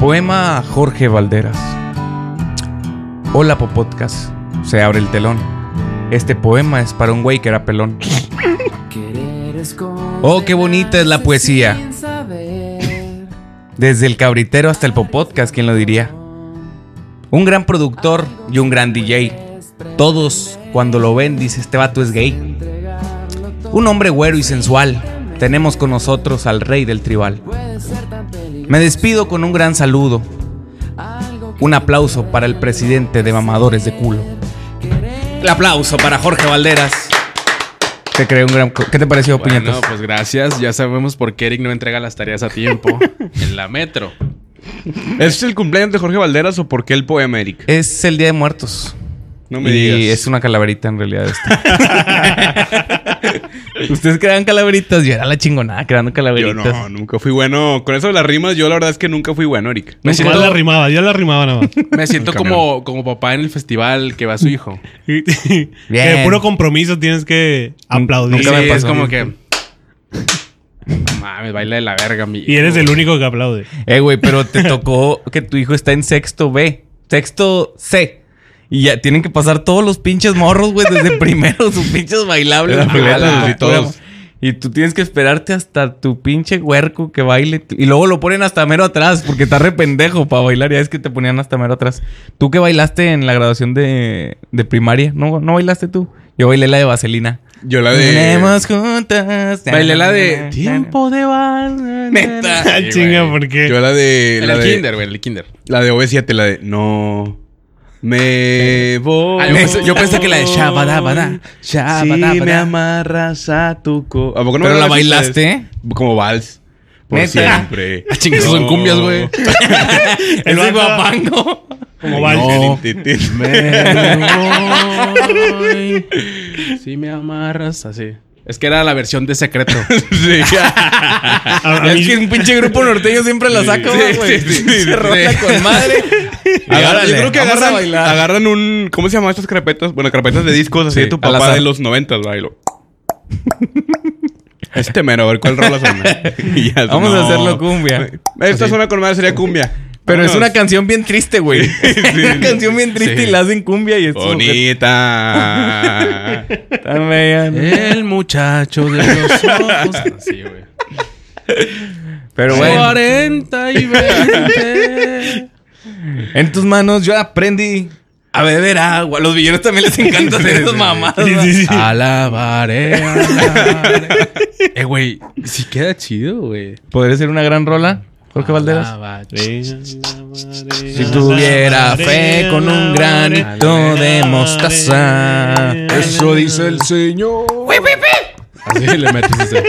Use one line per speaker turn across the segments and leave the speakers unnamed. Poema a Jorge Valderas. Hola Popodcast. Se abre el telón. Este poema es para un güey que era pelón. Oh, qué bonita es la poesía. Desde el cabritero hasta el Popodcast, ¿quién lo diría? Un gran productor y un gran DJ. Todos, cuando lo ven, dicen, este vato es gay. Un hombre güero y sensual. Tenemos con nosotros al rey del tribal. Me despido con un gran saludo. Un aplauso para el presidente de mamadores de culo. El aplauso para Jorge Valderas. Te creé un gran. co- ¿Qué te pareció,
Bueno,
Piñatos?
pues gracias. Ya sabemos por qué Eric no entrega las tareas a tiempo en la metro. ¿Es el cumpleaños de Jorge Valderas o por qué el poema, Eric?
Es el Día de Muertos.
No me
y
digas.
es una calaverita en realidad esta. Ustedes crean calaveritas. Yo era la chingonada creando
Yo
calaveritas.
no, nunca fui bueno. Con eso de las rimas, yo la verdad es que nunca fui bueno, Eric.
Me
Ya
siento-
la rimaba, ya la rimaba nada más.
Me siento
Nunca,
como, como papá en el festival que va su hijo.
Que puro compromiso tienes que aplaudir.
nunca me
Sí, es
pasó.
como que. No mames, baila de la verga, mi.
Y eres el único que aplaude.
Eh, güey, pero te tocó que tu hijo está en sexto B, sexto C. Y ya tienen que pasar todos los pinches morros, güey, desde primero, sus pinches bailables.
Las
güey, a
piletas,
la
y todos.
pura- Y tú tienes que esperarte hasta tu pinche huerco que baile. Y luego lo ponen hasta mero atrás, porque está re pendejo para bailar. Ya es que te ponían hasta mero atrás. Tú que bailaste en la graduación de, de primaria, ¿No, ¿no bailaste tú? Yo bailé la de Vaselina.
Yo la de.
Bailemos juntas.
Eh, Bailé la de-
Tiempo de bal. Neta.
Ah,
güey.
chinga, porque
Yo la de. En la el de- kinder, güey, en el kinder.
La de OV7, la de no me voy.
Ah, yo pensé- yo pensé que la de
shabadabada,
Si
shabadabada.
me amarras a tu co. ¿A poco no
Pero
bailaron
la
así
bailaste,
ustedes? Como vals. Por
¿Neta?
siempre.
Ah, chingas, son cumbias, güey.
es
el vato-
guapango.
como vals.
No. Tin, tin, tin.
Si me amarras, así. Es que era la versión de secreto.
Sí.
A, a mí-
Es que un pinche grupo norteño siempre la saca,
Sí,
güey.
sí, sí, sí,
Se rola
sí.
con madre.
Agarra- yo creo que
vamos a
agarran,
bailar.
agarran un. ¿Cómo se llaman estas carpetas? Bueno, carpetas de discos así
Sí,
de tu
al
papá
azar.
de los 90, bailo. Este mero, a ver cuál rola suena. Y ya,
Vamos a
no.
hacerlo cumbia.
Esta suena con madre, sería cumbia.
Pero es una
Vámonos.
canción bien triste, güey. es una canción bien triste y la hacen cumbia y es
Bonita.
El muchacho de los ojos. Así, güey.
Pero bueno,
40 y 20.
en tus manos yo aprendí a beber agua. Los villeros también les encanta hacer esas mamadas. eh.
sí, sí, sí.
Alabaré, alabaré. Eh, güey, sí queda chido, güey.
¿Podría ser una gran rola, Jorge Valderas? Si tuviera fe con un granito de mostaza.
Eso dice el señor. Así le metes ese.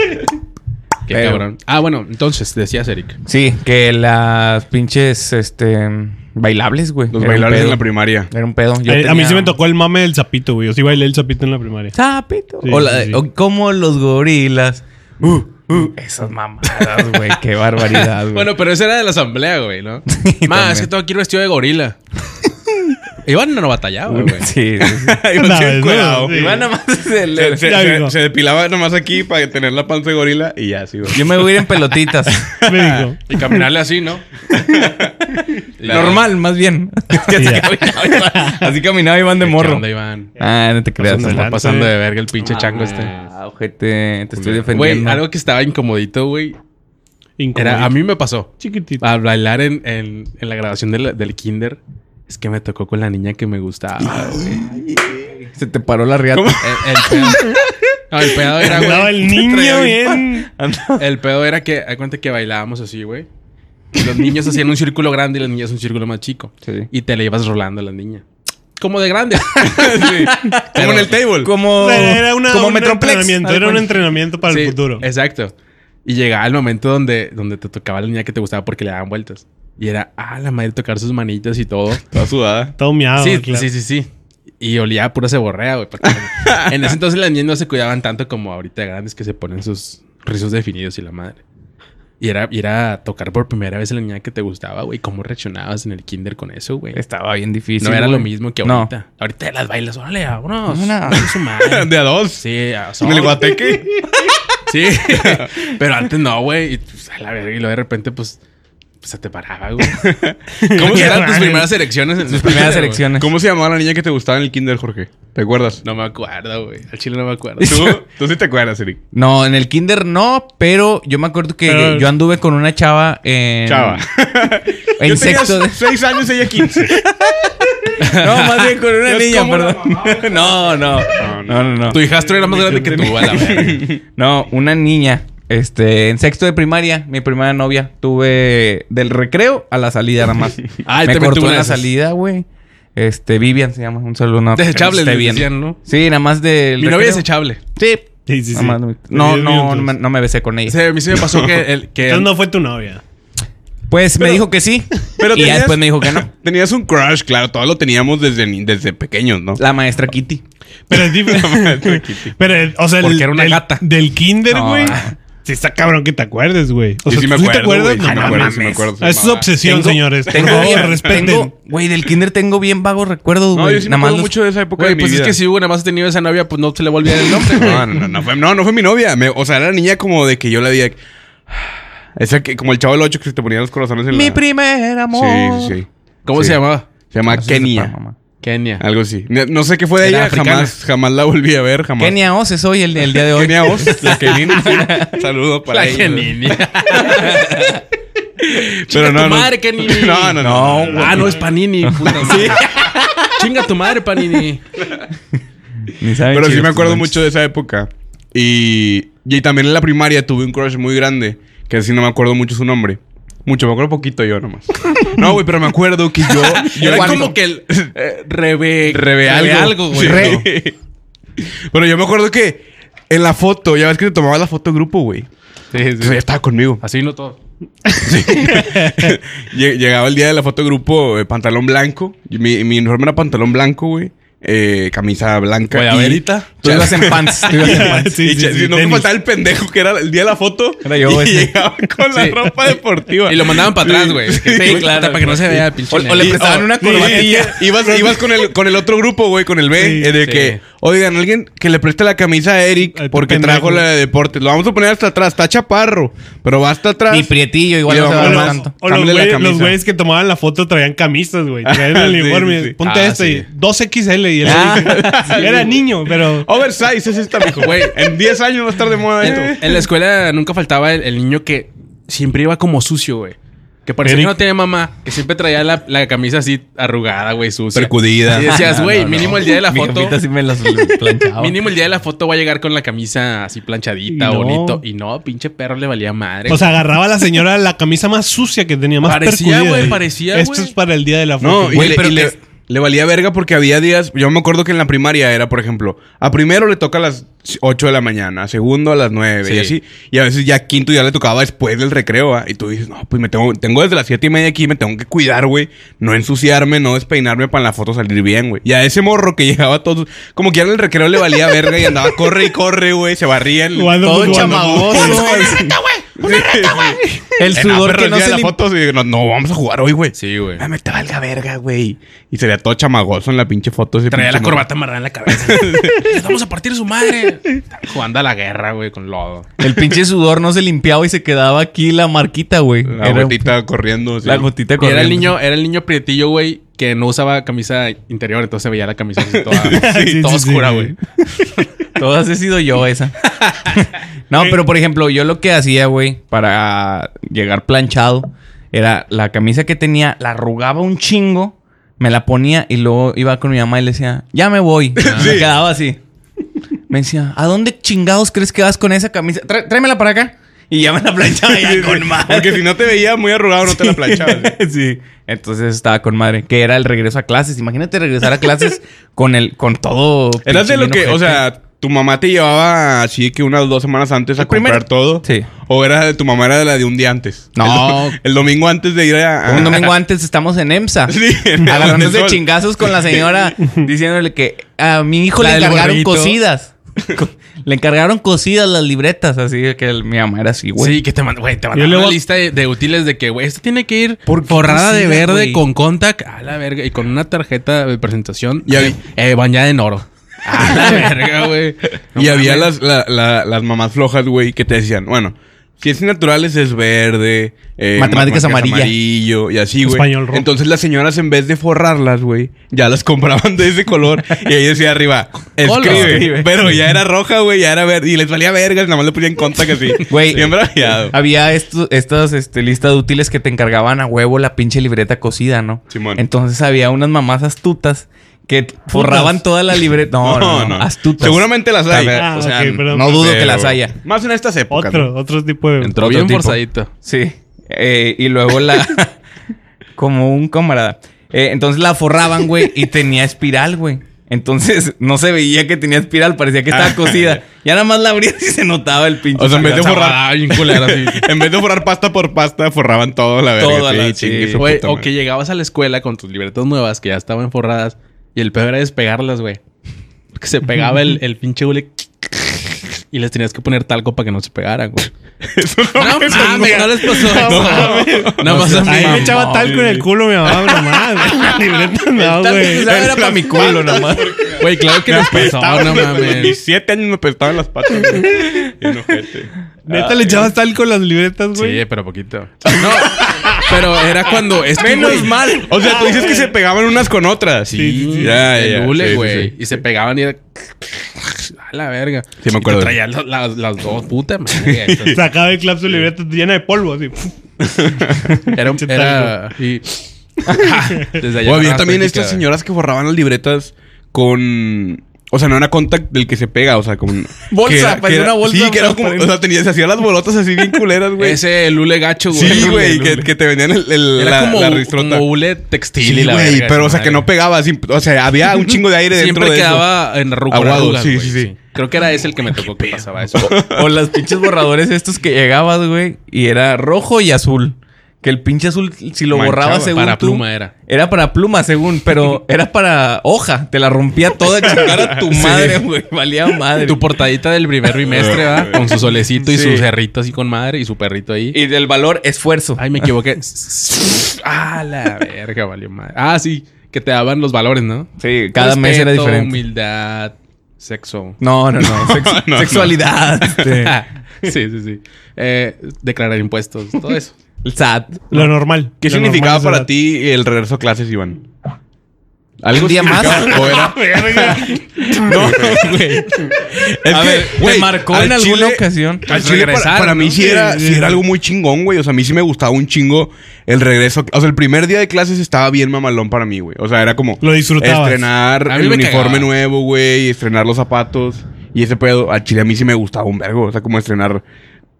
Qué
Pero-
cabrón. Ah, bueno, entonces decías, Eric.
Sí, que las pinches este bailables, güey.
Los
Era un
bailables en
pedo.
la Eh, primaria.
Era un pedo. Yo
Eh, a- a mí
tenía-
sí me tocó el mame del sapito, güey. Yo sí bailé el sapito en la primaria.
Sapito.
Sí,
o, la-
sí, sí.
o como los gorilas. Uh, uh, esas mamadas, güey. Qué barbaridad, güey.
Bueno, pero esa era de la asamblea, güey, ¿no?
también.
Más, es que todo aquí era vestido de gorila. Iván no batallaba, güey.
Uh, sí. sí, sí.
Una vez, ¿no?
encuerado.
Sí.
Iván nomás es el-
Se, se-
Ya
se-
digo.
se depilaba nomás aquí para tener la panza de gorila y ya, sí, güey.
Yo me voy a ir en pelotitas.
Me dijo.
Y caminarle así, ¿no?
Normal, más bien. Es que así,
Sí, ya.
caminaba Iván. Así caminaba Iván de
¿Qué
morro.
onda, Iván?
Ah, no te creas.
Pasando
no.
Está
de Adelante.
pasando de verga el pinche chango este.
Ah, ojete. Te estoy defendiendo.
Güey, algo que estaba incomodito, güey.
Incomodito.
Era, a mí Ah, me pasó.
Chiquitito.
Al bailar en, en- en la grabación de la- del kinder, es que me tocó con la niña que me gustaba. güey.
Se te paró la riata.
El, el pedo. No, el pedo era, güey.
Andaba el niño bien.
El pedo era que, hay cuenta que bailábamos así, güey. Y Los niños hacían un círculo grande y las niñas un círculo más chico.
Sí.
Y te le ibas rolando a la niña. Como de grande.
Como en el table.
Como,
Era una,
como
un
Metroplex.
entrenamiento.
Ay,
Era un
güey.
entrenamiento para el
Sí,
futuro.
Exacto. Y llegaba el momento donde, donde te tocaba la niña que te gustaba porque le daban vueltas. Y era, ah, la madre tocar sus manitas y todo.
Toda sudada.
Todo miado,
sí,
Ah, claro.
sí, sí, sí. Y olía a pura ceborrea, güey. porque en ese entonces las niñas no se cuidaban tanto como ahorita de grandes que se ponen sus rizos definidos y la madre. Y era, y era tocar por primera vez a la niña que te gustaba, güey. ¿Cómo reaccionabas en el kinder con eso, güey?
Estaba bien difícil.
no era
güey.
lo mismo que
No.
ahorita. Ahorita las bailas, órale, vámonos.
Vámonos.
Chingue su madre.
De a dos.
Sí, a
En el
sol.
guateque.
Sí. Pero antes no, güey. Y pues, a la verga, y luego de repente, pues, pues, se te paraba, güey. ¿Cómo
Qué
eran tus
raro.
primeras elecciones? en-
Sus primeras elecciones.
¿Cómo se llamaba la niña que te gustaba en el kinder, Jorge? ¿Te acuerdas?
No me acuerdo, güey. Al chile no me acuerdo.
¿Tú? Tú sí te acuerdas, Eric.
No, en el kinder no, pero yo me acuerdo que
Pero-
yo anduve con una chava en,
Chava.
en
Yo tenía
sexto de...
6 años, ella 15.
No, más bien con una
Es
niña,
como la
perdón. No, no. No, no, no.
Tu hijastro era más grande que tú, a la verga.
No, una niña. Este, en sexto de primaria, mi primera novia, tuve del recreo a la salida nada más.
Ah, él
Me
también tuvo
cortó
una
en
de
la
esas.
salida, güey. Este, Vivian se llama, un saludo. no,
Desechable,
que esté
le
bien.
decían, ¿no?
Sí, nada más del
Mi novia
recreo.
es echable.
Sí.
Sí, sí,
Nada
sí.
más no- No,
Diez
no,
minutos.
no me, no me besé con ella.
Sí, a mí se me pasó que... el- que
Entonces no fue tu novia.
Pues me dijo que sí.
pero
y ya
tenías-
después me dijo que no.
Tenías un crush, claro. Todos lo teníamos desde, ni- desde pequeños, ¿no?
La maestra Kitty.
Pero es diferente. Pero, el- o sea, el-
Porque era una
el-
gata.
Del kinder,
No.
güey. Sí, está cabrón que te acuerdes, güey. O
Yo
sea,
sí me
¿tú
acuerdo.
te acuerdas?
güey, sí
No,
me
no,
acuerdo,
mames. Ah,
sí me acuerdo.
Eso es obsesión, señores. Por
Tengo bien,
favor, respeten.
tengo- güey, del kinder tengo bien vagos recuerdos,
No,
güey.
yo sí me
Nada más
acuerdo
los-
mucho de esa época
Güey,
de mi
pues es
vida.
que si hubo nada más tenido esa novia, pues no se le volvía el nombre, güey.
No, no, no, no fue, no, no fue mi novia. Me- o sea, era la niña como de que yo la veía. Esa que, como el chavo del 8 que se te ponía los corazones en
Mi
la...
primer amor.
Sí, sí, sí.
¿Cómo
Sí.
se llamaba?
Se llama
No sé si sepa,
Kenia.
mamá.
Kenia.
Algo así. No, no sé qué fue de
Era
ella.
africana.
Jamás, jamás la volví a ver. Jamás.
Kenia Ose soy el, el día de hoy.
Kenia Oz. La Kenini. sí. Saludo para
La
ella.
Kenini.
Pero no,
tu
no.
madre, Kenini.
No, no, no.
No,
Ah, no, es Panini. puta madre. Chinga tu madre, Panini.
Ni saben
Pero sí me
chidos tus
acuerdo
manches.
mucho de esa época. Y, y también en la primaria tuve un crush muy grande. Que así no me acuerdo mucho su nombre. Mucho, me acuerdo poquito yo nomás. No, güey, pero me acuerdo que yo. yo
Era como que el... eh, Rebe...
Rebe algo.
güey.
Sí.
¿no?
Pero yo me acuerdo que en la foto, ya ves que te tomaba la foto grupo, güey.
Sí,
Entonces
sí.
ella estaba conmigo.
Así no todo.
Lle- Llegaba el día de la foto grupo, eh, pantalón blanco. Y Mi, mi uniforme era pantalón blanco, güey. Eh, camisa blanca.
Oye,
y-
a ver, ahorita.
Tú ibas en pants. Tú ibas en pants.
Sí,
y
sí,
che-
sí,
si no me
tenis.
faltaba el pendejo que era el día de la foto.
Era yo,
y
güey.
llegaba con la
Sí.
ropa deportiva.
Y lo mandaban para atrás, güey.
Sí,
Sí, claro. Para que no se vea el
O,
pinche.
o le
negro.
prestaban
Oh,
una
Sí,
corbatilla.
ibas ibas con, el, con el otro grupo, güey, con el B.
Sí.
eh, de
Sí.
que, oigan, alguien que le preste la camisa a Eric
Ay, tú
porque
pendejo.
trajo la de deportes. Lo vamos a poner hasta atrás. Está chaparro, pero va hasta atrás.
Y prietillo, igual
Y
no se
lo-
va a
O
ver
Ahora
los,
tanto.
o los
Cámbiale la
güey-
camisa.
los güeyes que tomaban la foto traían camisas, güey. Traían el
Sí,
uniforme.
sí, sí.
Ponte
Ah,
este.
sí.
12XL. Y él era niño, pero.
Oversize, ese está, mijo. Güey, en 10 años va a estar de moda
En, en la escuela nunca faltaba el, el niño que siempre iba como sucio, güey. Que parecía que
Eric.
no tenía mamá. Que siempre traía la, la camisa así arrugada, güey, sucia.
Percudida.
Y decías, güey, mínimo el día de la
Mi
foto.
jefita sí me los planchaba.
Mínimo el día de la foto va a llegar con la camisa así planchadita,
Y no. Pues
bonito. Y no, pinche perro le valía madre.
O sea, agarraba a la señora la camisa más sucia que tenía, más
Parecía,
percudida,
güey, parecía,
Esto
güey.
es para el día de la foto.
No, y,
Güey,
le,
pero
y le-
es-
le valía verga porque había días. Yo me acuerdo que en la primaria era, por ejemplo, a primero le toca a las 8 de la mañana, a segundo a las 9
Sí.
y así. Y a veces ya a quinto ya le tocaba después del recreo. ¿ah? Y tú dices, no, pues me tengo, tengo desde las 7 y media aquí, me tengo que cuidar, güey. No ensuciarme, no despeinarme para en la foto salir bien, güey. Y a ese morro que llegaba todo, como que ya en el recreo le valía verga y andaba corre y corre, güey. Se barría el.
Jugando
Todo
fútbol.
chamagoso. El sudor que no se
la
lim-
foto, sí, no, no, vamos a jugar hoy, güey.
sí, güey.
Ah, me te valga verga, güey. Y sería todo chamagoso en la pinche foto. ese
Traía
pinche
la
morro.
corbata amarrada en la cabeza. Les vamos a partir su madre. Jugando a la guerra, güey, con lodo.
El pinche sudor no se limpiaba y se quedaba aquí la marquita, güey.
La
Era-
gotita corriendo. sí.
La gotita
Y era el
corriendo.
niño, era el niño prietillo, güey, que no usaba camisa interior, entonces se veía la camisa así toda,
sí,
toda
sí,
oscura,
sí.
güey.
Todas he sido yo esa. No, pero por ejemplo, yo lo que hacía, güey, para llegar planchado, era la camisa que tenía, la arrugaba un chingo, me la ponía y luego iba con mi mamá y le decía, ya me voy.
Sí.
Me quedaba así. Me decía, ¿a dónde chingados crees que vas con esa camisa? Trá- tráemela para acá. Y ya me la planchaba ya
Sí, sí.
con
Porque
madre.
si no te veía muy arrugado, no te la planchabas.
sí. Entonces estaba con madre. Que era el regreso a clases. Imagínate regresar a clases con el, con todo.
Eras de
pinche
lo que,
bien
o
ojete.
sea, tu mamá te llevaba así que unas dos semanas antes a
El primero.
comprar todo.
Sí.
O era de tu mamá, era de la de un día antes.
No.
El, do- el domingo antes de ir a. a-
Un domingo antes estamos en EMSA.
Ah. Sí, en
agarrándose
Sol.
chingazos con la señora diciéndole que a mi hijo
La
le
del
encargaron
borrito.
cocidas. co- le encargaron cosidas las libretas, así de que el- mi mamá era así, güey.
Sí, que te mandan, güey, te
Yo
mandan
le
una
voy-
lista de, de útiles de que, güey, esto tiene que ir
¿Por qué
forrada de
cosida,
verde
güey?
con contact a la verga y con una tarjeta de presentación
Y ahí-
eh, bañada en oro. A la verga, güey. No
y había
mames.
las, la- la- las mamás flojas, güey, que te decían, bueno, ciencias naturales es verde, eh,
Matemáticas amarilla.
amarillo y así, güey.
Español rojo.
Entonces las señoras en vez de forrarlas, güey, ya las compraban de ese color y ahí decía arriba,
Color.
escribe.
Escribe.
Pero ya era roja, güey, ya era verde y les valía vergas, nada más le ponían conta que sí.
Güey.
Siempre había.
Había esto- estas este, listas de útiles que te encargaban a huevo la pinche libreta cocida, ¿no?
Simón.
Entonces había unas mamás astutas que forraban toda la libreta. No, no, no, astutas.
Seguramente las hay.
También,
Ah,
o sea,
ok, perdón.
No dudo
pero-
que las haya.
Más en estas épocas.
Otro,
¿no?
otro tipo de.
Entró
Otro
bien
tipo.
forzadito.
Sí. Eh, y luego la. como un camarada. Eh, entonces la forraban, güey, y tenía espiral, güey. Entonces no se veía que tenía espiral, parecía que estaba cocida. Ya nada más la abrías y se notaba el pinche.
O sea, en vez de
Esa
forrar,
mamada bien culera, así.
en vez de forrar pasta por pasta, forraban todo la verga.
Toda
sí,
la-
chingue
sí.
su
Güey,
puta
o
madre.
que llegabas a la escuela con tus libretas nuevas que ya estaban forradas y el peor era despegarlas, güey. Porque se pegaba el, el pinche hule y les tenías que poner talco para que no se pegaran, güey.
Eso no
No
me
mames, no les pasó eso.
No
Nada más a mí.
Ahí me echaba
mamón,
talco en el culo mi mamá, nomás. Libreta no, güey.
Esa era para mi culo, nomás.
Güey, claro que les pasó, no
Desde mis
mames.
7 años me pestaban las patas. güey. Bien ojete.
Neta le echabas talco en las libretas, güey.
Sí, pero poquito. No, pero era cuando... Es que,
Menos
güey,
mal.
O sea, tú dices que se pegaban unas con otras. Sí,
sí, sí.
Ya, ya,
el
ya. Sí,
hule,
sí,
güey.
sí.
Y se pegaban y era... A la verga.
Sí, me
Y
acuerdo.
te traía la- las, las dos, puta madre. Entonces,
Sacaba el clap su libreta llena de polvo, así.
Era... un- era y, desde allá
O había
abajo,
también este
práctica,
estas
güey.
señoras que forraban las libretas con. O sea, no era contact del que se pega, o sea, con.
Bolsa,
que era-
parecía
que era-
una bolsa
Sí, que era como. O sea, tenía, se hacían las bolotas así bien culeras, güey.
Ese lule gacho, güey.
Sí, güey,
El
que,
hule.
que te vendían el, el-
Era
la,
como,
la ristrota.
como hule textil
Sí,
y la
güey,
verga,
pero
esa
o sea, que
madre.
no pegaba. sim- O sea, había un chingo de aire dentro
Siempre
de eso.
quedaba en rucor-
Aguado,
arrugas,
sí,
güey,
sí, sí.
Creo que era ese el que me tocó que pasaba eso.
O las pinches borradores estos que llegabas, güey, y era rojo y azul. Que el pinche azul, si lo
Manchaba,
borrabas según
para
tú,
pluma era.
Era para pluma, según, pero era para hoja. Te la rompía toda, chingar a tu madre, güey. Valía madre.
Tu portadita del primer bimestre, ¿verdad? Con su solecito y
Sí.
su cerrito así con madre y su perrito ahí.
Y del valor, esfuerzo.
Ay, me equivoqué. ah, la verga, valió madre. Ah, sí, que te daban los valores, ¿no?
Sí, cada mes era
Respeto,
diferente.
humildad, sexo. Ah,
No, no, no. Sex-
no.
sexualidad. este,
sí, sí, sí. Eh, declarar impuestos, todo eso.
el SAT.
Lo normal.
¿Qué
Lo
significaba
normal
para
es
ti el regreso a clases, Iván?
¿Algún día más?
significaba? ¿O era? No, güey. Es
a
que,
ver,
güey,
¿te marcó
al
en alguna
chile-
ocasión?
Al chile, para-
Pues regresar,
para, mí
¿no?
sí era,
Sí, sí.
sí era algo muy chingón, güey. O sea, a mí sí me gustaba un chingo el regreso. O sea, el primer día de clases estaba bien mamalón para mí, güey. O sea, era como...
Lo disfrutabas.
Estrenar
A mí
el
me
uniforme
cagaba.
nuevo, güey. Estrenar los zapatos. Y ese pedo, al chile a mí sí me gustaba un vergo. O sea, como estrenar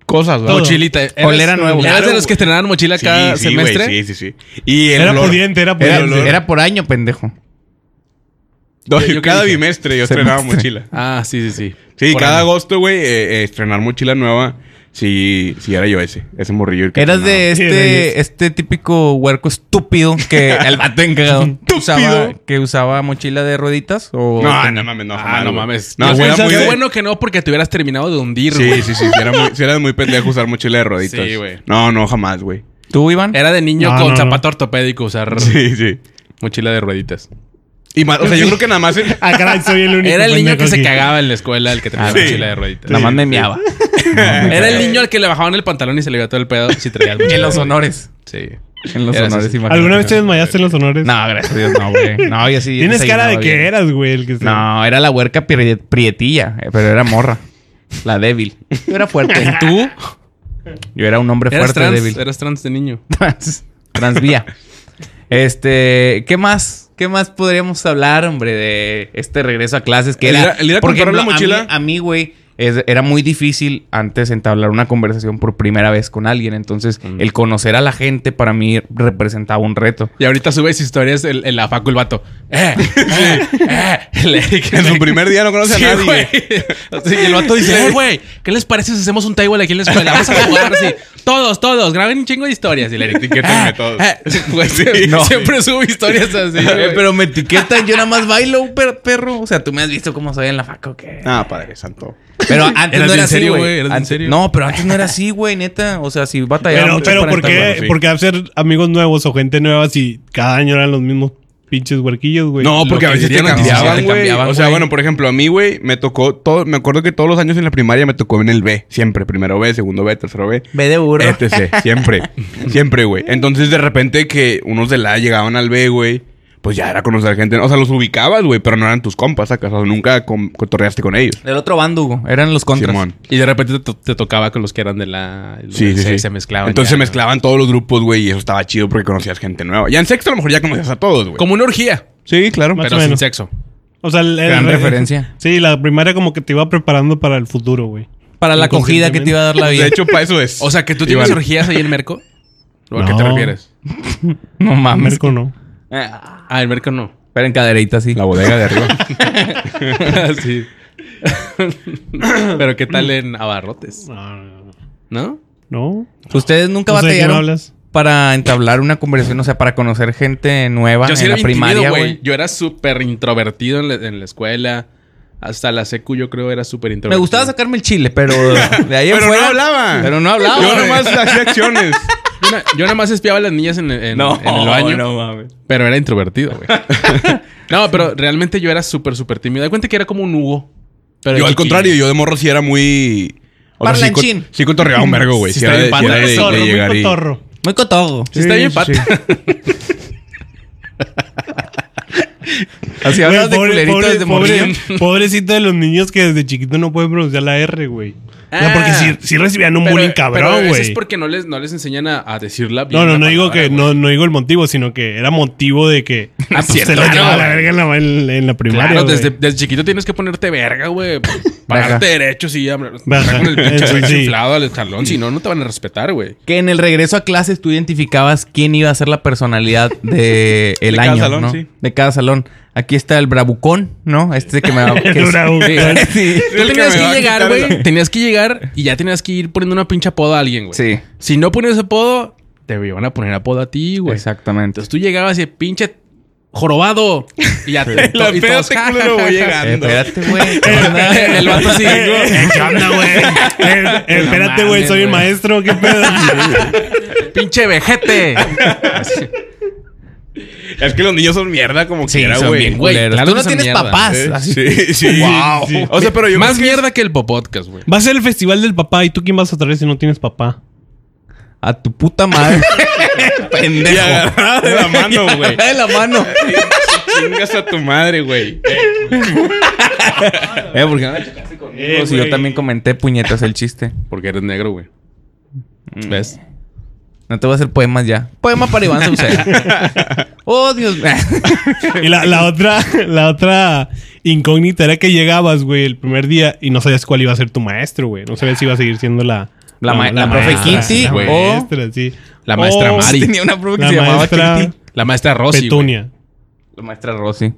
cosas, güey.
Todo.
Mochilita. Eras-
Olera nuevo.
¿Eras
Claro,
de los que estrenaban mochila cada
sí, güey,
semestre?
sí, sí, sí. Y el
Era
olor-
pudiente, era
Era,
pudiente.
era por año, pendejo.
No,
Yo- yo
cada
qué dije.
bimestre yo estrenaba
Semestre.
mochila.
Ah, sí, sí, sí.
Sí,
Por
cada
año.
agosto, güey, eh, eh, estrenar mochila nueva. Sí, sí, era yo ese. Ese morrillo. el que
Eras
estrenaba.
de
Sí,
este,
reyes.
este típico huerco estúpido que el vato encagado que usaba,
Estúpido.
que usaba mochila de rueditas o
No, no mames, no.
Ah,
jamás,
no
güey.
mames.
No,
qué
sí,
bueno,
era muy
qué
de-
bueno que no, porque te hubieras terminado de hundir,
Sí,
güey.
sí, sí. Sí, era muy, sí era muy pendejo usar mochila de rueditas.
Sí, güey.
No, no, jamás, güey.
tú Iván
Era de niño
No,
con
no, no.
zapato ortopédico usar
Sí, sí.
mochila de rueditas.
Y más, o sea, yo creo que nada más... en-
Ah, caray, soy el único.
Era el niño
pendejo
que se
aquí.
cagaba en la escuela, el que tenía
Ah,
sí.
mochila de rueditas.
nada más me miaba
Era el niño al que le bajaban el pantalón y se le veía todo el pedo si traía mochila.
en los honores
Sí.
en los
Era
honores
así.
imagínate.
¿Alguna vez te desmayaste en los honores?
no gracias a Dios no güey no yo sí
Tienes cara de
desayunaba
que
bien.
eras, güey, el que se.
no era la huerca pri- prietilla eh, pero era morra la débil yo era fuerte
¿Tú?
yo era un hombre
Eras
fuerte
trans.
débil
Eras trans de niño.
trans transvía este qué más qué más podríamos hablar hombre de este regreso a clases que
El
era
ir a- el ir a
por
comprar
ejemplo,
la
a mí-
mochila.
a mí güey es- era muy difícil antes entablar una conversación por primera vez con alguien. Entonces,
Mm.
el conocer a la gente para mí representaba un reto.
Y ahorita subes historias en, en la facu el vato. Eh, eh, eh. Le-
En su primer día no conoce
Sí,
a nadie.
güey. Así que el vato dice, eh, güey, ¿qué les parece si hacemos un table aquí en la escuela? Vamos a jugar así. Todos, todos, graben un chingo de historias. Y le
Etiquétenme todos.
Pues,
No.
Siempre subo historias así.
Eh,
güey.
pero me etiquetan, yo nada más bailo, per- perro. O sea, tú me has visto cómo soy en la faco. que-
Ah, padre santo.
Pero antes no
Eras bien
era así,
serio,
güey.
güey, eras bien
Antes-
serio.
No, pero antes no era así, güey, neta. O sea, si batallaba
Pero,
mucho
pero
para
¿por,
entablar-
qué,
sí.
¿por qué hacer amigos nuevos o gente nueva si cada año eran los mismos pinches huerquillos, güey?
No, porque
Lo
a veces
que
te
dirían antes,
cambiaban,
sí, te
güey.
cambiaban,
O sea,
güey.
bueno, por ejemplo, a mí, güey, me tocó todo. Me acuerdo que todos los años en la primaria me tocó en el B. Siempre. Primero B, segundo B, tercero B.
Ve de burro.
ETC, Este siempre. siempre, güey. Entonces, de repente que unos de la A llegaban al B, güey, pues ya era conocer gente. O sea, los ubicabas, güey, pero no eran tus compas, ¿sacas? O sea, nunca com- cotorreaste con ellos.
Del otro bando, güey. Eran los contras.
Simón.
Y de repente te, to- te tocaba con los que eran de la... los
Sí,
de-
sí,
se,
sí.
se mezclaban.
Entonces em- se
ya, ¿no?
mezclaban todos los grupos, güey, y eso estaba chido porque conocías gente nueva. Ya en sexto a lo mejor ya conocías a todos, güey.
Como una orgía,
Sí, claro.
Más
pero
o
sin
menos.
sexo.
O sea, el- el-
Gran referencia.
Sí, la primaria como que te iba preparando para el futuro, güey.
Para la acogida que te iba a dar la vida.
De hecho, para eso es.
O sea, que tú tienes
Iván.
orgías ahí en Merco. ¿O a qué te
No.
refieres?
no mames.
Merco no.
Ah, en Merco no.
Pero en cadereita, sí. Ah,
la bodega de arriba.
sí. pero ¿qué tal en Abarrotes? ¿No?
No.
Ustedes nunca
No sé de qué me
batallaron
hablas.
para entablar una conversación, o sea, para conocer gente nueva
Yo sí
en la
era bien
primaria,
tímido,
güey.
Yo era súper introvertido en la, en la escuela. Hasta la secu yo creo era súper
Me
introvertido.
gustaba sacarme el chile, pero de ahí en
Pero no
fuera-
hablaba.
Pero no hablaba.
Yo
güey.
nomás hacía acciones.
Yo, na- yo nada más espiaba a las niñas en, en- en el baño.
no mames.
Pero era introvertido, güey. no, pero realmente yo era súper, súper tímido. Da cuenta que era como un Hugo. Pero
Yo
de
al
chiquillo.
contrario, yo de morro sí era muy... o sea, sí co-
Parlanchín.
Sí cotorreaba un vergo, güey.
Sí
Sí,
está
era de, sí
bien
era de-
padre.
de
Cotorro, muy
llegar y-
cotorro.
Muy cotogo.
Sí, está bien, pata.
Así
Güey,
hablas de
pobre-
culeritos
pobre-
desde morir.
pobre- Pobrecito de los niños que desde chiquito no pueden pronunciar la R, güey. O sea,
Ah.
porque si, recibían un
Pero-
bullying
pero
cabrón,
eso
güey.
es porque no les, no les enseñan a, a decirla bien.
No, no,
la
no digo
palabra,
que
güey.
no, no digo el motivo, sino que era motivo de que
Ah,
pues,
cierto,
se la
claro,
llevaba a la
güey.
verga en la, en- en la primaria.
Claro,
güey.
desde, desés chiquito tienes que ponerte verga, güey. Pararte derecho, sí, hablar-
Baja.
hablar con el pinche
Eso
pecho
sí.
inflado al escalón. Si no, no te van a respetar, güey.
Que en el regreso a clases tú identificabas quién iba a ser la personalidad de el
De cada
año,
salón,
¿no?
sí.
De cada salón. Aquí está el bravucón, ¿no? Este que me va que es-
bravucón.
Sí.
Tú tenías
me
que
va a
llegar,
quitar
güey. Tenías que llegar y ya tenías que ir poniendo una pinche apodo a alguien, güey.
Sí.
Si no ponías apodo, te iban a poner apodo a ti, güey.
Exactamente.
Entonces tú llegabas y pinche jorobado. Y ya te.
La
y todos,
espérate,
ja, ja,
culero, voy
ja, ja.
Eh,
llegando.
espérate, güey. ¿Qué onda?
El vato sí.
Eh, ¿Qué onda, güey? Eh, eh, espérate,
No
güey,
mames,
soy
güey.
el maestro, ¿qué pedo?
Pinche vejete.
Es que los niños son mierda como
Sí,
quiera,
son
güey.
bien culeros.
claro
Tú
que
no
son
tienes
mierda.
papás.
Eh,
así.
Sí, sí.
Wow. Sí.
O sea, pero yo
Más mierda que el popodcast, güey.
Va a ser el festival del papá y tú quién vas a traer si no tienes papá.
A tu puta madre.
pendejo. de la mano, güey.
de la mano.
Chingas a tu madre, güey.
Eh, porque no la
ah,
chocaste conmigo.
Eh,
si Pues yo
güey.
también comenté puñetas el chiste.
Porque eres negro, güey. ¿Ves?
Eh. No te voy a hacer poemas ya. Poema para Iván Saucedo. oh, Dios mío.
Y la, la otra, la otra incógnita era que llegabas, güey, el primer día y no sabías cuál iba a ser tu maestro, güey. No sabías si iba a seguir siendo la...
La ma- la profe
maestra,
Kitty
la
o-
maestra, sí.
La maestra
O
Mari.
Tenía una profe que
La
se llamaba
maestra
Kitty.
La maestra Rosy. güey.
Petunia.
La maestra Rosy.
Y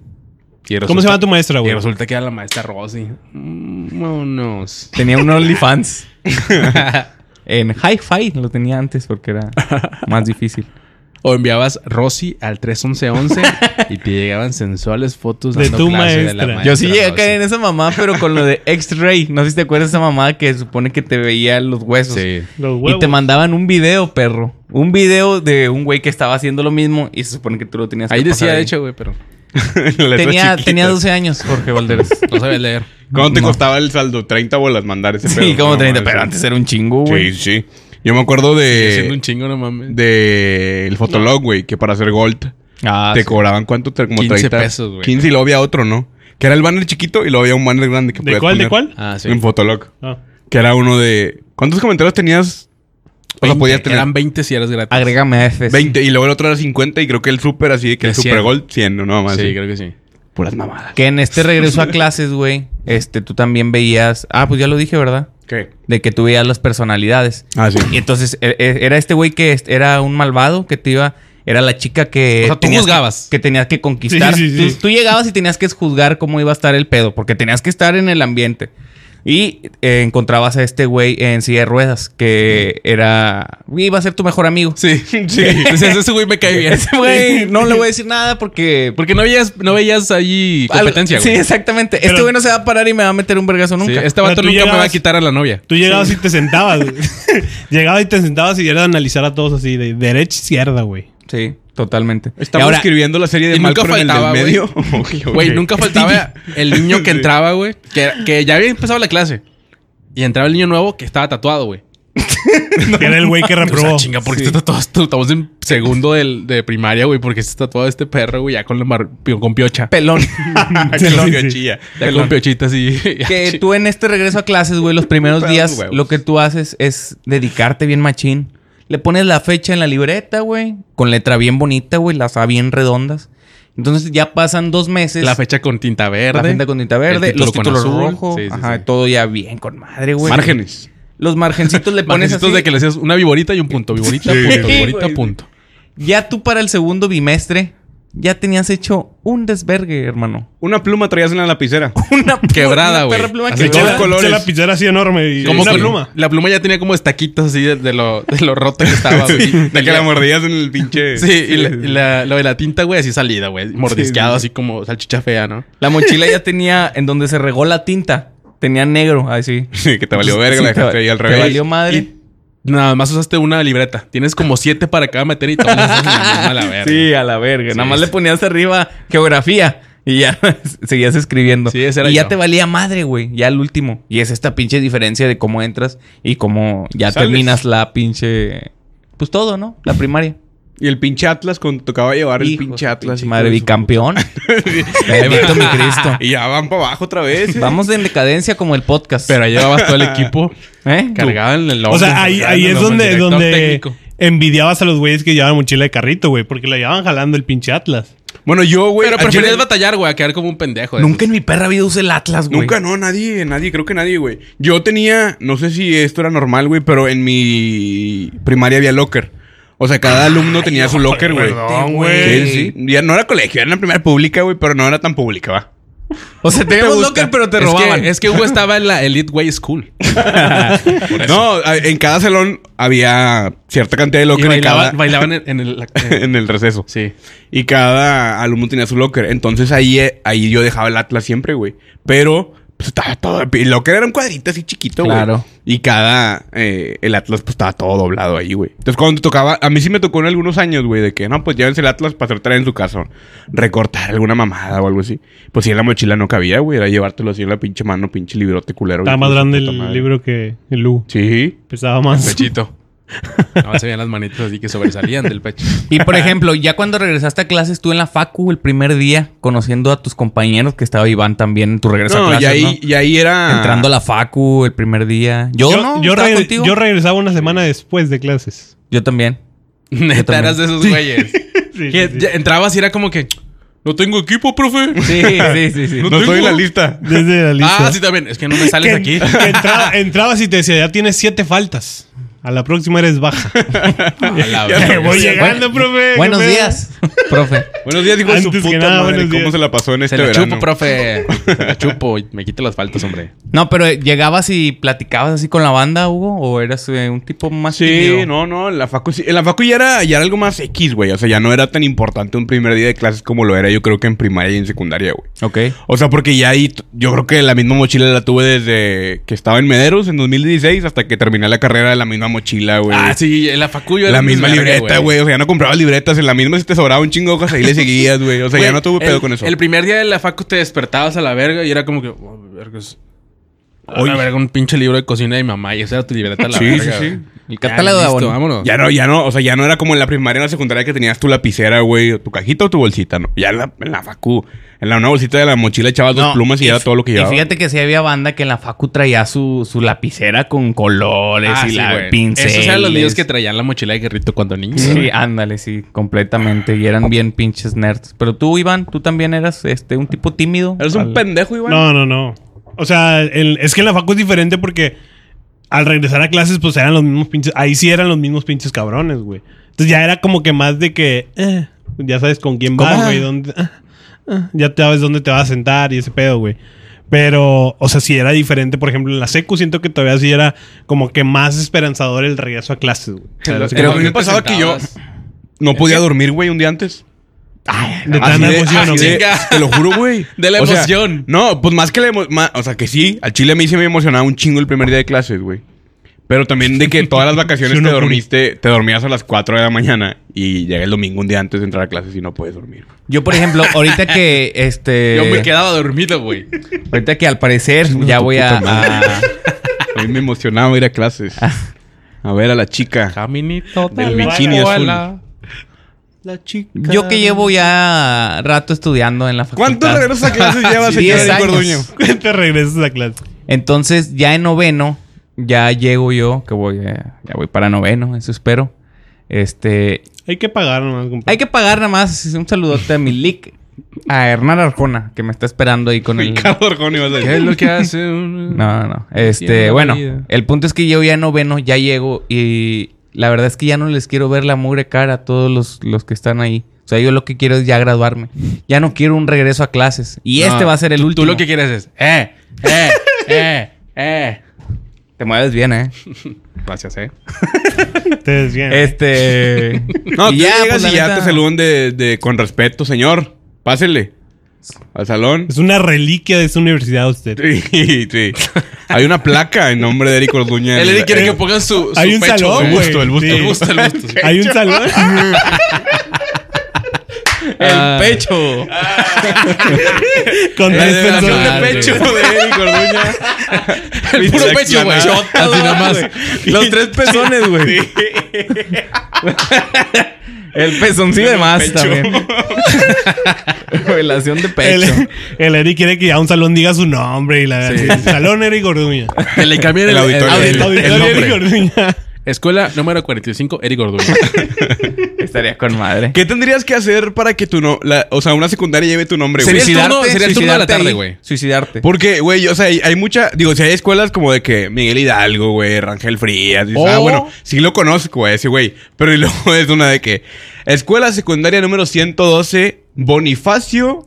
resulta-
¿Cómo se llama tu maestra,
Y
güey?
resulta que era la maestra Rosy. Mm, Vámonos.
Tenía un OnlyFans. en Hi-Fi lo tenía antes porque era más difícil.
O enviabas Rosy al 31111 y te llegaban sensuales fotos
De
dando
tu
clase
maestra.
Yo sí llegué a
Rosy.
caer en esa mamá, pero con lo de X-Ray. No sé si te acuerdas de esa mamá que supone que te veía los huesos.
Sí.
Los
Y
huevos.
te mandaban un video, perro. Un video de un güey que estaba haciendo lo mismo y se supone que tú lo tenías
Ahí
que
decía,
pasar
de hecho, güey, pero
Tenía, tenía 12 años, Jorge Valderas.
no sabía leer.
¿Cuánto te costaba el saldo? 30 bolas mandar ese este pedo.
Sí, como
No
30,
mames.
pero antes era un chingo, güey.
Sí, sí. Yo me acuerdo
Siendo un
de...
chingo, no mames.
De... El Fotolog, güey. Que para hacer Gold...
Ah,
te
sí.
cobraban cuánto te, como
15
30
pesos, güey.
15 y luego había otro, ¿no? Que era el banner chiquito y luego había un banner grande que
¿De
podías
cuál, de
poner
cuál?
ah, sí.
En Fotolog.
Ah.
Que era uno de. ¿Cuántos comentarios tenías? O sea,
20,
podías tener
Eran 20 si eras gratis.
Agrégame a F.
20 y luego el otro era 50 y creo que el super así de que
De
el super
100.
gold 100, no más.
Ah, Sí,
así.
creo que sí.
Puras mamadas.
Que en este regreso a clases, güey, este, tú también veías. Ah, pues ya lo dije, ¿verdad?
¿Qué?
De que tú veías las personalidades.
Ah, sí.
Y entonces e- e- era este güey que est- era un malvado que te iba. Era la chica que.
O sea, tú
tenías
juzgabas.
Que, que tenías que conquistar.
Sí, sí, sí.
Tú, tú llegabas y tenías que juzgar cómo iba a estar el pedo, porque tenías que estar en el ambiente. Y eh, encontrabas a este güey en silla de ruedas, que era. Iba a ser tu mejor amigo.
Sí, sí. Decías, ese güey me cae bien.
Ese güey, no le voy a decir nada porque.
Porque no veías, no veías ahí
Algo-
competencia,
Sí,
güey.
exactamente. Este
Pero-
güey no se va a parar y me va a meter un vergazo
Sí,
nunca.
este
Pero
vato
tú
nunca me va a
llegabas-
quitar a la novia.
Tú llegabas y te sentabas, güey. llegabas y te sentabas y era de analizar a todos así, de derecha a izquierda, güey.
Sí, totalmente.
Estamos
Y ahora,
escribiendo la serie de
y nunca
Malcolm en el del
faltaba, güey.
medio. Ok, ok.
Güey, nunca faltaba el niño que entraba, güey. Que, que ya había empezado la clase. Y entraba el niño nuevo que estaba tatuado, güey.
Que era el güey que
Pues,
O sea,
ah,
reprobó.
chinga, porque está tatuado? Esto- Estamos en segundo del- de primaria, güey. Porque está tatuado este perro, güey. Ya con, la mar- con piocha.
pelón.
Pelón.
Sí, sí.
chilla.
Ya con piochitas y...
que tú en este regreso a clases, güey, los primeros
Pedo,
días,
huevos.
lo que tú haces es dedicarte bien machín. Le pones la fecha en la libreta, güey, con letra bien bonita, güey, las A bien redondas. Entonces ya pasan dos meses.
La fecha con tinta verde.
La tinta con tinta verde,
El título
los
con
títulos
azul.
rojos,
Sí, sí,
ajá,
sí.
todo ya bien con madre, güey.
Márgenes.
Los margencitos le pones
Margencitos
así.
de que le hacías una viborita y un punto. Viborita,
Sí.
punto.
Sí,
Viborita,
güey.
punto.
Ya tú para el segundo bimestre ya tenías hecho un desvergue, hermano.
Una pluma traías en la lapicera.
Una una
Quebrada, güey.
perra pluma
Así
Se
que
todos
la,
colores.
se la pizarra así enorme y
Como
una
que-
pluma.
La pluma ya tenía como estaquitos así de, de lo, de lo roto que estaba, güey.
De que la mordías en el pinche.
Sí, y la, y la- lo de la tinta, güey, así salida, güey. Mordisqueado, así como salchicha fea, ¿no?
La mochila ya tenía, en donde se regó la tinta, tenía negro, así.
Sí, que te valió verga, la
Sí, te-
dejaste ahí al
te
revés.
valió madre.
Y nada más usaste una libreta. Tienes como siete para cada materia y todas las haces la misma, la verga.
Sí, a la verga. Nada
Sí,
más
sí.
le ponías arriba geografía y ya seguías escribiendo.
Sí, ese era
y ya
yo.
te valía madre, güey. Ya el último. Y es esta pinche diferencia de cómo entras y cómo ya
Sales.
terminas la pinche. Pues todo, ¿no? La primaria.
Y el pinche Atlas, cuando tocaba llevar el
Hijo,
pinche Atlas. hijo
Madre
de su-
bicampeón. Bendito mi Cristo.
Y ya van para abajo otra vez. ¿eh?
Vamos en decadencia como el podcast.
Pero ahí llevabas todo el equipo
¿Eh?
cargado en el
O
hombro,
sea, ahí,
cargado
ahí
en el
es
hombro, el
donde,
director
donde
técnico.
envidiabas a los güeyes que llevaban mochila de carrito, güey, porque la llevaban jalando el pinche Atlas.
Bueno, yo, güey.
Pero
ayer-
preferías batallar, güey, a quedar como un pendejo. de
Nunca en mi perra vida usé el Atlas, güey.
Nunca, no, nadie, nadie, creo que nadie, güey. Yo tenía, no sé si esto era normal, güey, pero en mi primaria había locker. O sea, cada alumno tenía su locker, güey.
perdón,
Sí,
güey.
sí. Ya no era colegio, era una primaria pública, güey, pero no era tan pública, va.
O sea,
esos.
teníamos locker, pero te
Es que-
robaban.
Es que, Hugo estaba en la Elite Way School.
No, a- en cada salón había cierta cantidad de
Y
locker en
bailaban,
cada-
bailaban en, en el...
en el receso.
sí.
Y cada alumno tenía su locker. Entonces ahí, eh, ahí yo dejaba el Atlas siempre, güey. Pero pues, estaba todo. El locker era un cuadrito así chiquito, güey.
Claro.
Y cada. eh, el Atlas, pues estaba todo doblado ahí, güey. Entonces cuando te tocaba. A mí sí me tocó en algunos años, güey, de que no, pues llévense el Atlas para hacer tarea en su casa. Recortar alguna mamada o algo así. Pues si en la mochila no cabía, güey. Era llevártelo así en la pinche mano, pinche librote culero.
Estaba
güey,
más
con su
grande
puta
el
madre.
libro que el Lu.
Sí.
Pesaba más.
Pechito. No, se veían las manitas así que sobresalían del pecho.
Y por ejemplo, ya cuando regresaste a clases tú en la facu el primer día, conociendo a tus compañeros que estaba Iván también en tu regreso a
No,
clases,
y ahí,
¿no?
y ahí era.
Entrando a la facu el primer día. Yo, no,
yo,
estaba
regre-
contigo.
yo regresaba una semana después de clases.
Yo también. Yo
Neta,
también.
eras de esos güeyes.
Sí,
Que
sí, sí.
ya entrabas y era como que... No tengo equipo, profe.
Sí, sí, sí, sí.
No,
No
estoy en
tengo-
la lista.
Desde la lista.
Ah, sí, también. Es que no me sales
que,
aquí.
que entra- entrabas y te decía, ya tienes siete faltas. A la próxima eres baja.
A la
Ah,
ya me
verga.
voy llegando, profe. ¿qué
Buenos
pedo?
días, profe.
Buenos días, digo, su
Antes que
puta
nada,
madre.
buenos
¿Cómo
días.
se la pasó en este
Se la
verano?
chupo, profe. Se la chupo. y Me quito las faltas, hombre.
No, pero eh, llegabas y platicabas así con la banda, Hugo, o eras eh, un tipo más
Sí,
tímido?
no, no, en la facu, sí- en la facu ya, era, ya era algo más X, güey. O sea, ya no era tan importante un primer día de clases como lo era yo creo que en primaria y en secundaria, güey.
Ok.
O sea, porque ya ahí, t- yo creo que la misma mochila la tuve desde que estaba en Mederos en 2016 hasta que terminé la carrera de la misma mochila, güey.
Ah, sí, en la facu yo era
La
un
misma
desvergue,
libreta, güey. O sea, ya no comprabas libretas. En la misma, si te sobraba un chingo de hojas, ahí le seguías, güey. O sea, ya
Güey,
no tuve
el-
pedo con eso.
El primer día de la facu te despertabas a la verga y era como que... oh, vergas. Oye. A ver, un pinche libro de cocina de mi mamá y esa era tu libreta a la
Sí,
verga,
sí, sí.
güey.
El catálogo de
listo,
abono.
Vámonos.
Ya no, ya no, o sea, ya no era como en la primaria o en la secundaria que tenías tu lapicera, güey, o tu cajita o tu bolsita, no. Ya en la, en la facu, en la una bolsita de la mochila echabas dos
No,
plumas y,
y
era
f-
todo lo que
Y
llevaba.
fíjate que sí había banda que en la facu traía su, su lapicera con colores
Ah,
y
sí,
la
güey.
pincel.
Esos eran los niños que traían la mochila de guerrito cuando niños.
Sí,
güey.
ándale, sí, completamente. Y eran bien pinches nerds. Pero tú, Iván, tú también eras este un tipo tímido.
Eres
Al-
un pendejo, Iván.
No, no, no. O sea, el- es que en la facu es diferente porque al regresar a clases, pues eran los mismos pinches. Ahí sí eran los mismos pinches cabrones, güey. Entonces ya era como que más de que. eh, ya sabes con quién vas,
¿Cómo?
güey. dónde- ah, ah, ya te sabes dónde te vas a sentar y ese pedo, güey. Pero, o sea, si era diferente, por ejemplo, en la secu siento que todavía sí era como que más esperanzador el regreso a clases, güey. O sea, era así
Pero
como
a mí
que-
me pasaba que yo no podía dormir, güey, un día antes.
de
Así
tan
de-
emoción,
así
güey.
de- Te lo juro, güey.
De la
O sea,
emoción.
no, pues más que la emoción. O sea, que sí, al chile a mí sí me emocionaba un chingo el primer día de clases, güey. Pero también de que todas las vacaciones
Sí,
te
uno-
dormiste, te dormías a las 4 de la mañana y llega el domingo un día antes de entrar a clases y no puedes dormir.
Yo, por ejemplo, ahorita que este.
Yo me quedaba dormido, güey.
Ahorita que al parecer ya
tu
voy a,
puta madre.
a-
A mí me emocionaba ir a clases. A ver a la chica.
Caminito
Del bikini azul.
La chica.
Yo que llevo ya rato estudiando en la facultad.
¿Cuántos regresos a clases llevas,
Diez
señor
años.
Gorduño?
te regresas a clases.
Entonces, ya en noveno, ya llego yo, que voy, eh, ya voy para noveno, eso espero. Este,
Hay que pagar nomás, compadre.
hay que pagar nada más un saludote a mi lic, a Hernán Arjona, que me está esperando ahí con el...
Ricardo Orjón ibas a
¿Qué es
decir.
lo que hace un...
No, no, no.
Tiene
Este,
la
bueno,
vida.
el punto es que yo ya en noveno, ya llego y la verdad es que ya no les quiero ver la mugre cara a todos los, los que están ahí. O sea, yo lo que quiero es ya graduarme. Ya no quiero un regreso a clases. Y este
No,
va a ser el
tú-
último.
Tú lo que quieres es... Eh, eh, eh, eh.
Te mueves bien, ¿eh?
Gracias, eh.
Te desvían.
Este...
No, tú
y ya,
llegas
pues, la
y ya
neta-
te saludan de, de- con respeto, señor. Pásele. Al salón.
Es una reliquia de esa universidad usted.
Sí, sí. Hay una placa en nombre de Eric Orduña.
Él
El-
quiere que
el-
pongan su, su
Hay un
pecho,
salón, güey.
busto, el busto.
El busto, el busto. sí.
Hay un salón.
Ah.
El pecho.
con
Eh,
tres
de la
personas.
madre.
el pecho de Eric Orduña.
El puro pecho, güey.
Así
Así nomás.
Los tres pezones, güey. El pezoncillo de más también. Relación de pecho.
El, el Eric quiere que a un salón diga su nombre y la Salón Eric Orduña.
Que le cambien el,
El auditorio.
Ah, el-
El-
el
Auditorio
nombre.
Eric Orduña.
Escuela número 45, Eric Orduña.
Estaría con madre.
¿Qué tendrías que hacer para que tu no, la- o sea, una secundaria lleve tu nombre, güey?
Sería- turno- sería el turno de la
suicidarte
tarde,
ahí.
güey.
Suicidarte.
Porque, güey, o sea, hay, hay mucha, digo, si hay escuelas como de que Miguel Hidalgo, güey, Rangel Frías, dices, ah,
Oh.
bueno, sí lo conozco, güey, ese güey, pero y luego es una de que Escuela Secundaria número 112 Bonifacio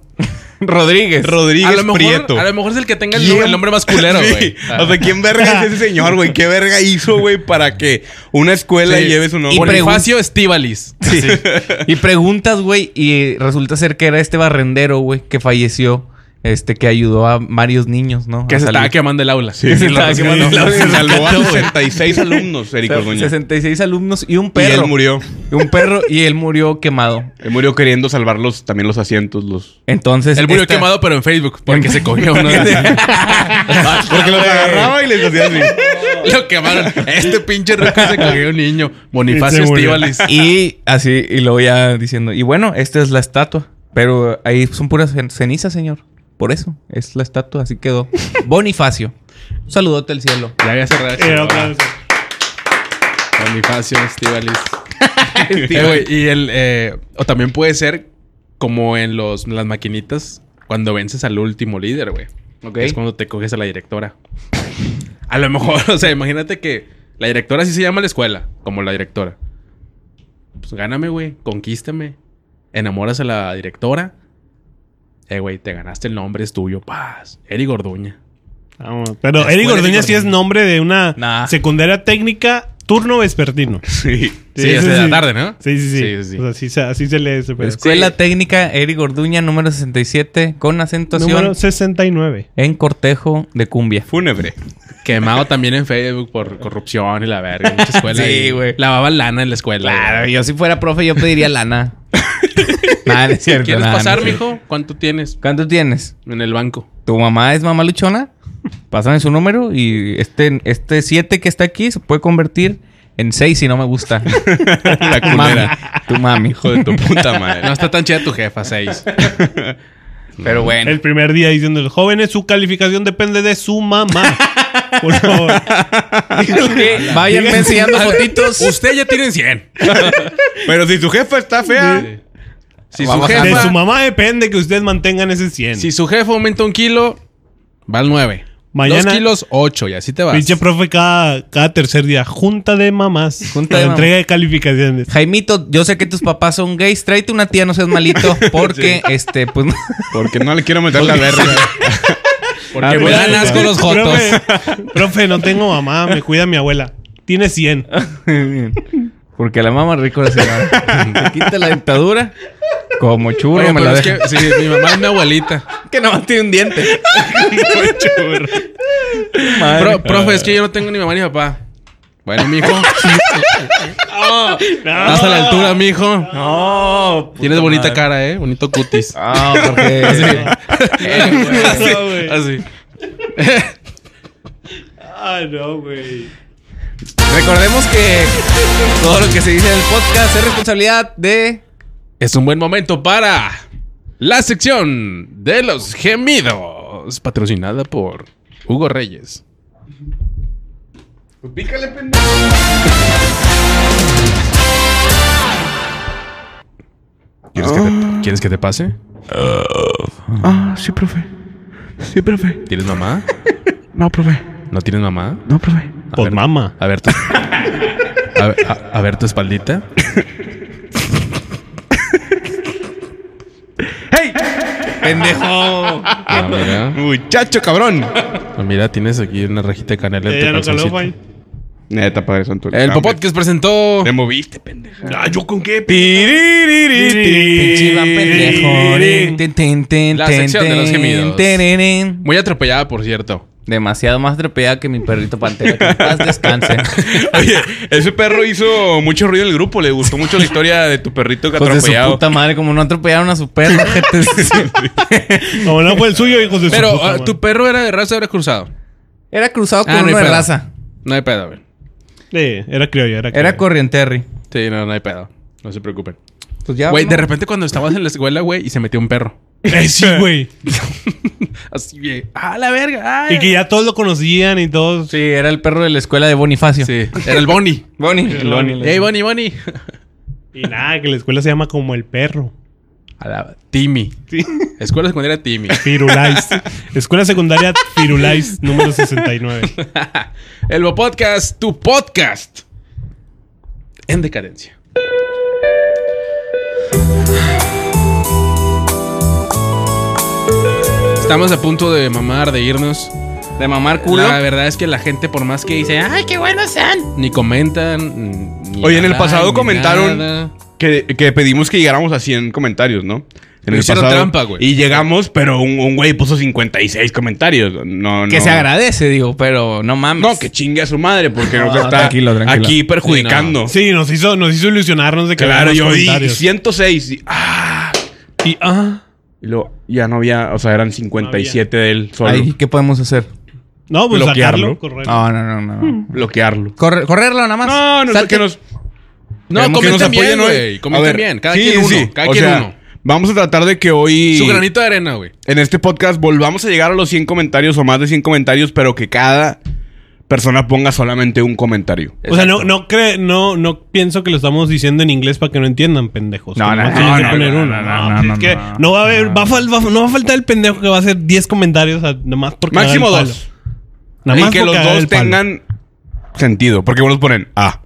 Rodríguez.
Rodríguez
a, lo mejor,
Prieto.
a lo mejor es el que tenga el,
¿Quién?
nombre, el nombre más culero,
Sí.
güey.
O sea, ¿quién verga es ese señor, güey? ¿Qué verga hizo, güey, para que una escuela
Sí.
lleve su
Y
nombre?
Bonifacio Estivalis.
y preguntas, güey, y resulta ser que era este barrendero, güey, que falleció, este, que ayudó a varios niños, ¿no?
Que
A
se estaba
salir.
quemando el aula.
Que se estaba
Sí,
quemando.
se salvó a 66 alumnos, Eric Orduña.
66 alumnos y un
Y
perro.
él murió.
Y un perro y él murió quemado.
Él murió queriendo salvar los, también los asientos, los...
Entonces.
Él murió
esta-
quemado, pero en Facebook, porque se cogió uno de
Porque los agarraba y les hacía así.
Lo quemaron. Este pinche rojo se cogió un niño. Bonifacio
Y se murió.
Estivalis.
Y así, y luego ya diciendo, y bueno, esta es la estatua. Pero ahí son puras cen- cenizas, señor. Por eso, es la estatua, así quedó. Bonifacio. Un saludote al cielo.
Ya había cerrado. el
Era
show,
otra
güey.
vez.
Bonifacio Estivalis. Eh, güey, y el. eh, o también puede ser como en los, las maquinitas, cuando vences al último líder, güey. Es cuando te coges a la directora. A lo mejor, o sea, imagínate que la directora sí se llama la escuela, como la directora. Pues gáname, güey, conquístame. Enamoras a la directora. Eh, güey, te ganaste el nombre, es tuyo, paz. Eric Gorduña.
Vamos. Pero
Escuela
Eric Orduña
Eric
sí es
Orduña.
nombre de una
Nah.
secundaria técnica turno vespertino.
Sí.
Sí, es de la tarde, ¿no?
Sí, sí, sí.
Sí, sí.
O sea, así, se- así se lee ese pedo.
Es-
Escuela
Sí.
Técnica Eric Orduña, número 67, con acentuación
Número 69.
en cortejo de cumbia.
Fúnebre.
Quemado también en Facebook por corrupción y la verga. Mucha escuela.
Sí,
y
güey.
Lavaban lana en la escuela.
Claro,
güey.
Ah, yo si fuera profe, yo pediría lana. nada, no es cierto.
¿Quieres
nada, no
pasar,
es cierto.
mijo? ¿Cuánto tienes
¿Cuánto tienes?
en el banco?
¿Tu mamá es mamá luchona? Pásame su número y este, este 7 que está aquí se puede convertir en 6 si no me gusta.
La
tu mami.
culera.
Tu mami,
Hijo de tu puta madre.
No está tan chida tu jefa, seis.
Pero bueno.
El primer día diciendo, los jóvenes, su calificación depende de su mamá. Por favor.
Váyanme enseñando fotitos.
Usted ya tiene 100.
Pero si su jefa está fea,
Si su,
Vamos a-
De
jefa,
su mamá depende que ustedes mantengan ese 100.
si su jefa aumenta un kilo, va al 9.
Mañana-
Dos kilos, 8. Y así te vas.
Pinche profe cada, cada tercer día. Junta de mamás.
Junta de
La
mamás.
entrega de calificaciones.
Jaimito, yo sé que tus papás son gays. Tráete una tía, no seas malito. Porque, este, pues. no-
porque no le quiero meter la verga.
Porque
Ah, me dan asco los jotos.
Profe, profe, no tengo mamá, me cuida mi abuela. Tiene 100.
Porque a la mamá rico le se va. Se quita la dentadura. Como churro,
Oye,
me la
pero es
deja.
que sí, mi mamá es mi abuelita.
Que nomás tiene un diente.
Pro- profe, es que yo no tengo ni mamá ni papá. Bueno, mijo. Estás a la altura, mijo.
No.
Tienes bonita cara, eh. Bonito cutis.
Ah, porque.
así,
güey.
así.
Ah, no, güey.
Recordemos que todo lo que se dice en el podcast es responsabilidad de.
Es un buen momento para la sección de los gemidos. Patrocinada por Hugo Reyes. ¿Quieres, que te, quieres que te pase?
Ah, sí, profe. Sí, profe.
¿Tienes mamá?
No, profe.
¿No tienes mamá?
No, profe.
Pues
ver.
mamá.
A ver tu, a, ver- a- a ver tu espaldita.
Pendejo.
Ah, mira,
Muchacho, cabrón.
Ah, mira, tienes aquí una rajita de canela. en
Eh,
tu
ya no caló,
calzoncito.
güey.
Neta, padre santo. Ah,
El Popot que os presentó.
Te moviste, pendejo.
Ah, ¿yo con qué?
Pinche Iván pendejo. Tin, tin, tin,
La
tin,
sección de los
tin,
gemidos.
tin.
Muy atropellada, por cierto.
Demasiado más atropellada que mi perrito pantera. Que en paz descanse. Pues
Oye, ese perro hizo mucho ruido en el grupo. Le gustó mucho la historia de tu perrito que
Pues de su
atropellado.
puta madre, como no atropellaron a su perro, gente.
Como no fue el suyo, hijos de su
Pero
puta
ah,
madre.
tu perro era de raza, o era cruzado.
Era cruzado con
Ah, no hay
uno de
pedo.
raza.
No hay pedo, güey.
Eh, era criollo, era criollo.
Era corrienterri.
Sí, no, no hay pedo. No se preocupen.
Pues ya.
Güey,
¿no?
de repente cuando estabas en la escuela, güey, y se metió un perro.
Eh, sí, güey.
Así, güey. ¡Ah, la verga! ¡Ay!
Y que ya todos lo conocían y todos.
Sí, era el perro de la escuela de Bonifacio.
Sí, era el Bonnie.
Boni.
Boni,
¡Ey, Bonnie, Bonnie!
Y nada, que la escuela se llama como el perro.
A la- Timmy. Escuela secundaria Timmy.
Firulais. escuela secundaria Firulais, número 69.
El Bo Podcast, tu podcast. En decadencia. Estamos a punto de mamar, de irnos.
De mamar culo.
La verdad es que la gente, por más que dice, ¡ay, qué buenos son! Ni comentan. ni
Oye, en el
hablan,
pasado
ni
comentaron-
nada.
Que, que pedimos que llegáramos a 100 comentarios, ¿no? En
Pero hicieron trampa, güey.
Y llegamos, pero un un güey puso 56 comentarios. No,
Que
no.
se agradece, digo, pero no mames.
No, que chingue a su madre, porque nos está
tranquilo, tranquilo.
aquí perjudicando.
Sí, nos hizo, nos hizo ilusionarnos de que
Claro,
había
yo
más
vi
comentarios.
106. Y, ah,
Y, ah.
y luego ya no había, o sea, eran 57 de él solo.
Ay, ¿qué podemos hacer?
No, pues
Bloquearlo. Ah,
sacarlo. correr.
No, no, no, no.
Hmm. Bloquearlo.
Corre- correrlo nada más.
No, no,
Salte.
que nos,
No,
queremos que
comenten
nos apoyen
bien,
hoy.
güey. Comenten
A ver,
bien. Cada
sí,
quien uno.
sí.
Cada
O
quien
sea,
uno.
Vamos a tratar de que hoy.
Su granito de arena, güey.
En este podcast volvamos a llegar a los 100 comentarios o más de 100 comentarios, pero que cada persona ponga solamente un comentario.
O sea, no, no, cre- no, no pienso que lo estamos diciendo en inglés para que no entiendan, pendejos.
No,
Que
no,
tienen
no,
que
no,
poner
no,
uno.
no,
No,
no,
pues
no,
es que
no,
no va a haber, va a fal- va- no va a faltar el pendejo que va a hacer 10 comentarios a- nada más porque
Máximo
haga el
dos.
palo. Nada
y
más
que los
porque haga
dos
el palo.
tengan sentido. Porque unos ponen, ah.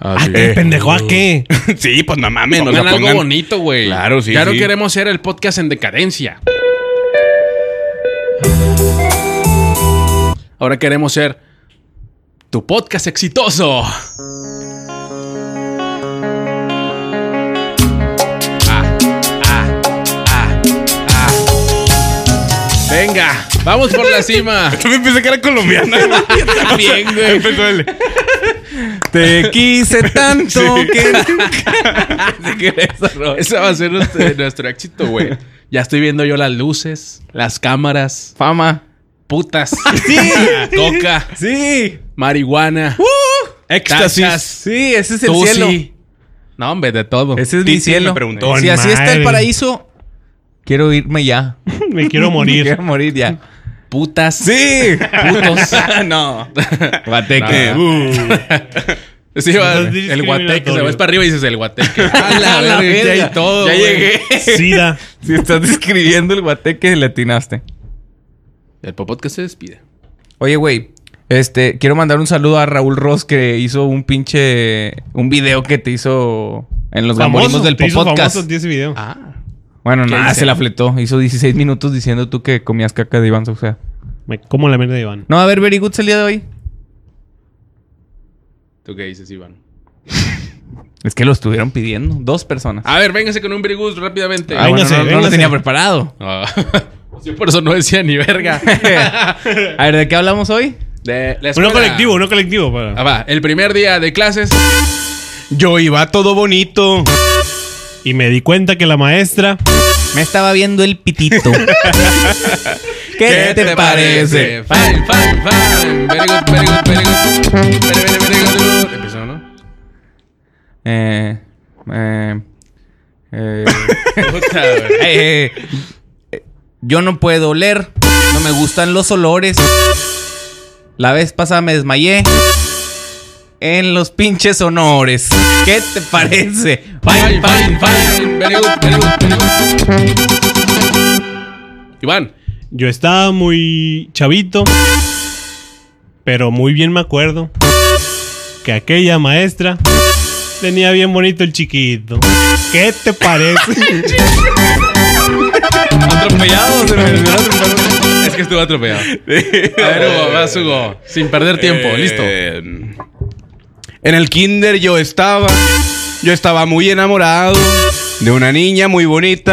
Ah,
Ah,
sí.
¿el pendejo a qué?
sí, pues no mames. o sea,
Pongan algo
pongan-
bonito, güey.
Claro, sí,
Ya no
sí.
queremos ser el podcast en decadencia. Ahora queremos ser tu podcast exitoso. Ah, ah, ah, ah. Venga, vamos por la cima.
Yo me pensé que era colombiana.
Bien, güey.
Empezó el-
Te quise tanto
Sí.
que.
Ese va a ser nuestro, nuestro éxito, güey. Ya estoy viendo yo las luces, las cámaras.
Fama.
Putas. Coca.
Sí.
Marihuana.
Éxtasis.
Tachas.
Sí, ese es el
Tusi.
cielo.
No, hombre, de todo.
Ese es
Titi
mi cielo.
me preguntó.
si así está el
Madre.
paraíso, quiero irme ya.
Me quiero morir.
Quiero morir ya.
Putas.
Sí.
Putos.
no.
Guateque.
Nada. Uh. Sí, va,
Estás
el guateque. Se
discriminatorio.
vas para arriba y dices el guateque.
A la verga.
Ya, y todo,
Ya
güey.
llegué.
Sida.
Si estás describiendo el guateque, le atinaste.
El podcast se despide.
Oye, güey. Este, quiero mandar un saludo a Raúl Ross que hizo un pinche. un video que te hizo en los
Famoso.
gamborimos del
te hizo
podcast.
famoso, tiene ese video.
Ah.
Bueno,
¿Qué
nada,
dice?
se la fletó. Hizo 16 minutos diciendo tú que comías caca de Iván Sauceda.
Me como la mierda de Iván.
No, a ver, Very Goods el día de hoy.
¿Tú qué dices, Iván?
Es que lo estuvieron pidiendo. Dos personas.
A ver, véngase con un brigus rápidamente.
Ah, bueno,
Ah, véngase,
no- no, lo
véngase.
tenía preparado.
Ah. Yo por eso no decía ni verga.
A ver, ¿de qué hablamos hoy?
De la escuela.
Uno colectivo, uno colectivo.
Ah,
para-
va. El primer día de clases.
Yo iba todo bonito.
Y me di cuenta que la maestra.
Me estaba viendo el pitito. ¿Qué, te, parece?
Fine, fine, fine. Very good, very good, very good. Very, very, very good. Empezó, ¿no?
Eh, eh, eh,
Puta, güey.
eh, eh, yo no puedo oler. No me gustan los olores. La vez pasada me desmayé. En los pinches honores. ¿Qué te parece?
Fine, fine, fine. Very good, very good, very good. Iván.
Yo estaba muy chavito. Pero muy bien me acuerdo. Que aquella maestra. Tenía bien bonito el chiquito. ¿Qué te parece?
Atropellado, se me olvidó atropellar. Es que estuvo atropellado. A ver, Hugo, vas, Hugo. Sin perder tiempo,
Eh,
listo.
En el kinder yo estaba, yo estaba muy enamorado de una niña muy bonita.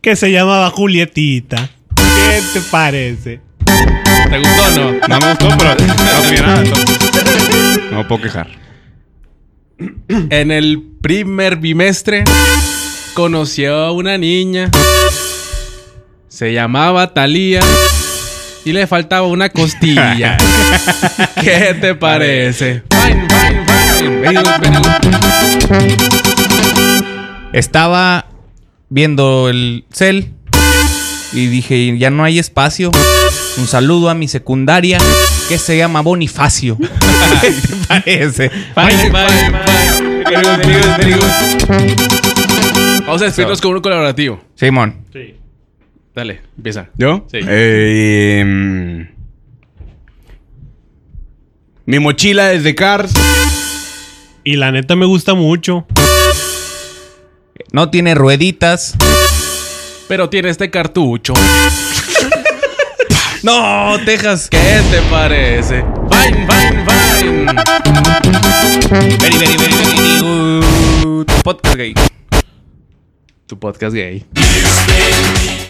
que se llamaba Julietita. ¿Qué te parece?
¿Te gustó o no?
No me gustó, pero no tenía nada. entonces. No me puedo quejar.
En el primer bimestre conoció a una niña. Se llamaba Talía y le faltaba una costilla. ¿Qué te parece? Fine, fine, fine. Very good, very good.
Estaba viendo el cel y dije, ya no hay espacio. Un saludo a mi secundaria que se llama Bonifacio. ¿Qué te parece?
Fine, fine, fine. Very good, very good, very good. Vamos a despedirnos con un colaborativo.
Simón.
Dale, empieza.
¿Yo?
Sí.
Eh, em, mi mochila es de Cars.
Y la neta me gusta mucho.
No tiene rueditas.
Pero tiene este cartucho.
No, Texas.
¿Qué te parece? Fine, fine, fine.
Very, very, very, very good. Podcast gay.
Tu podcast gay.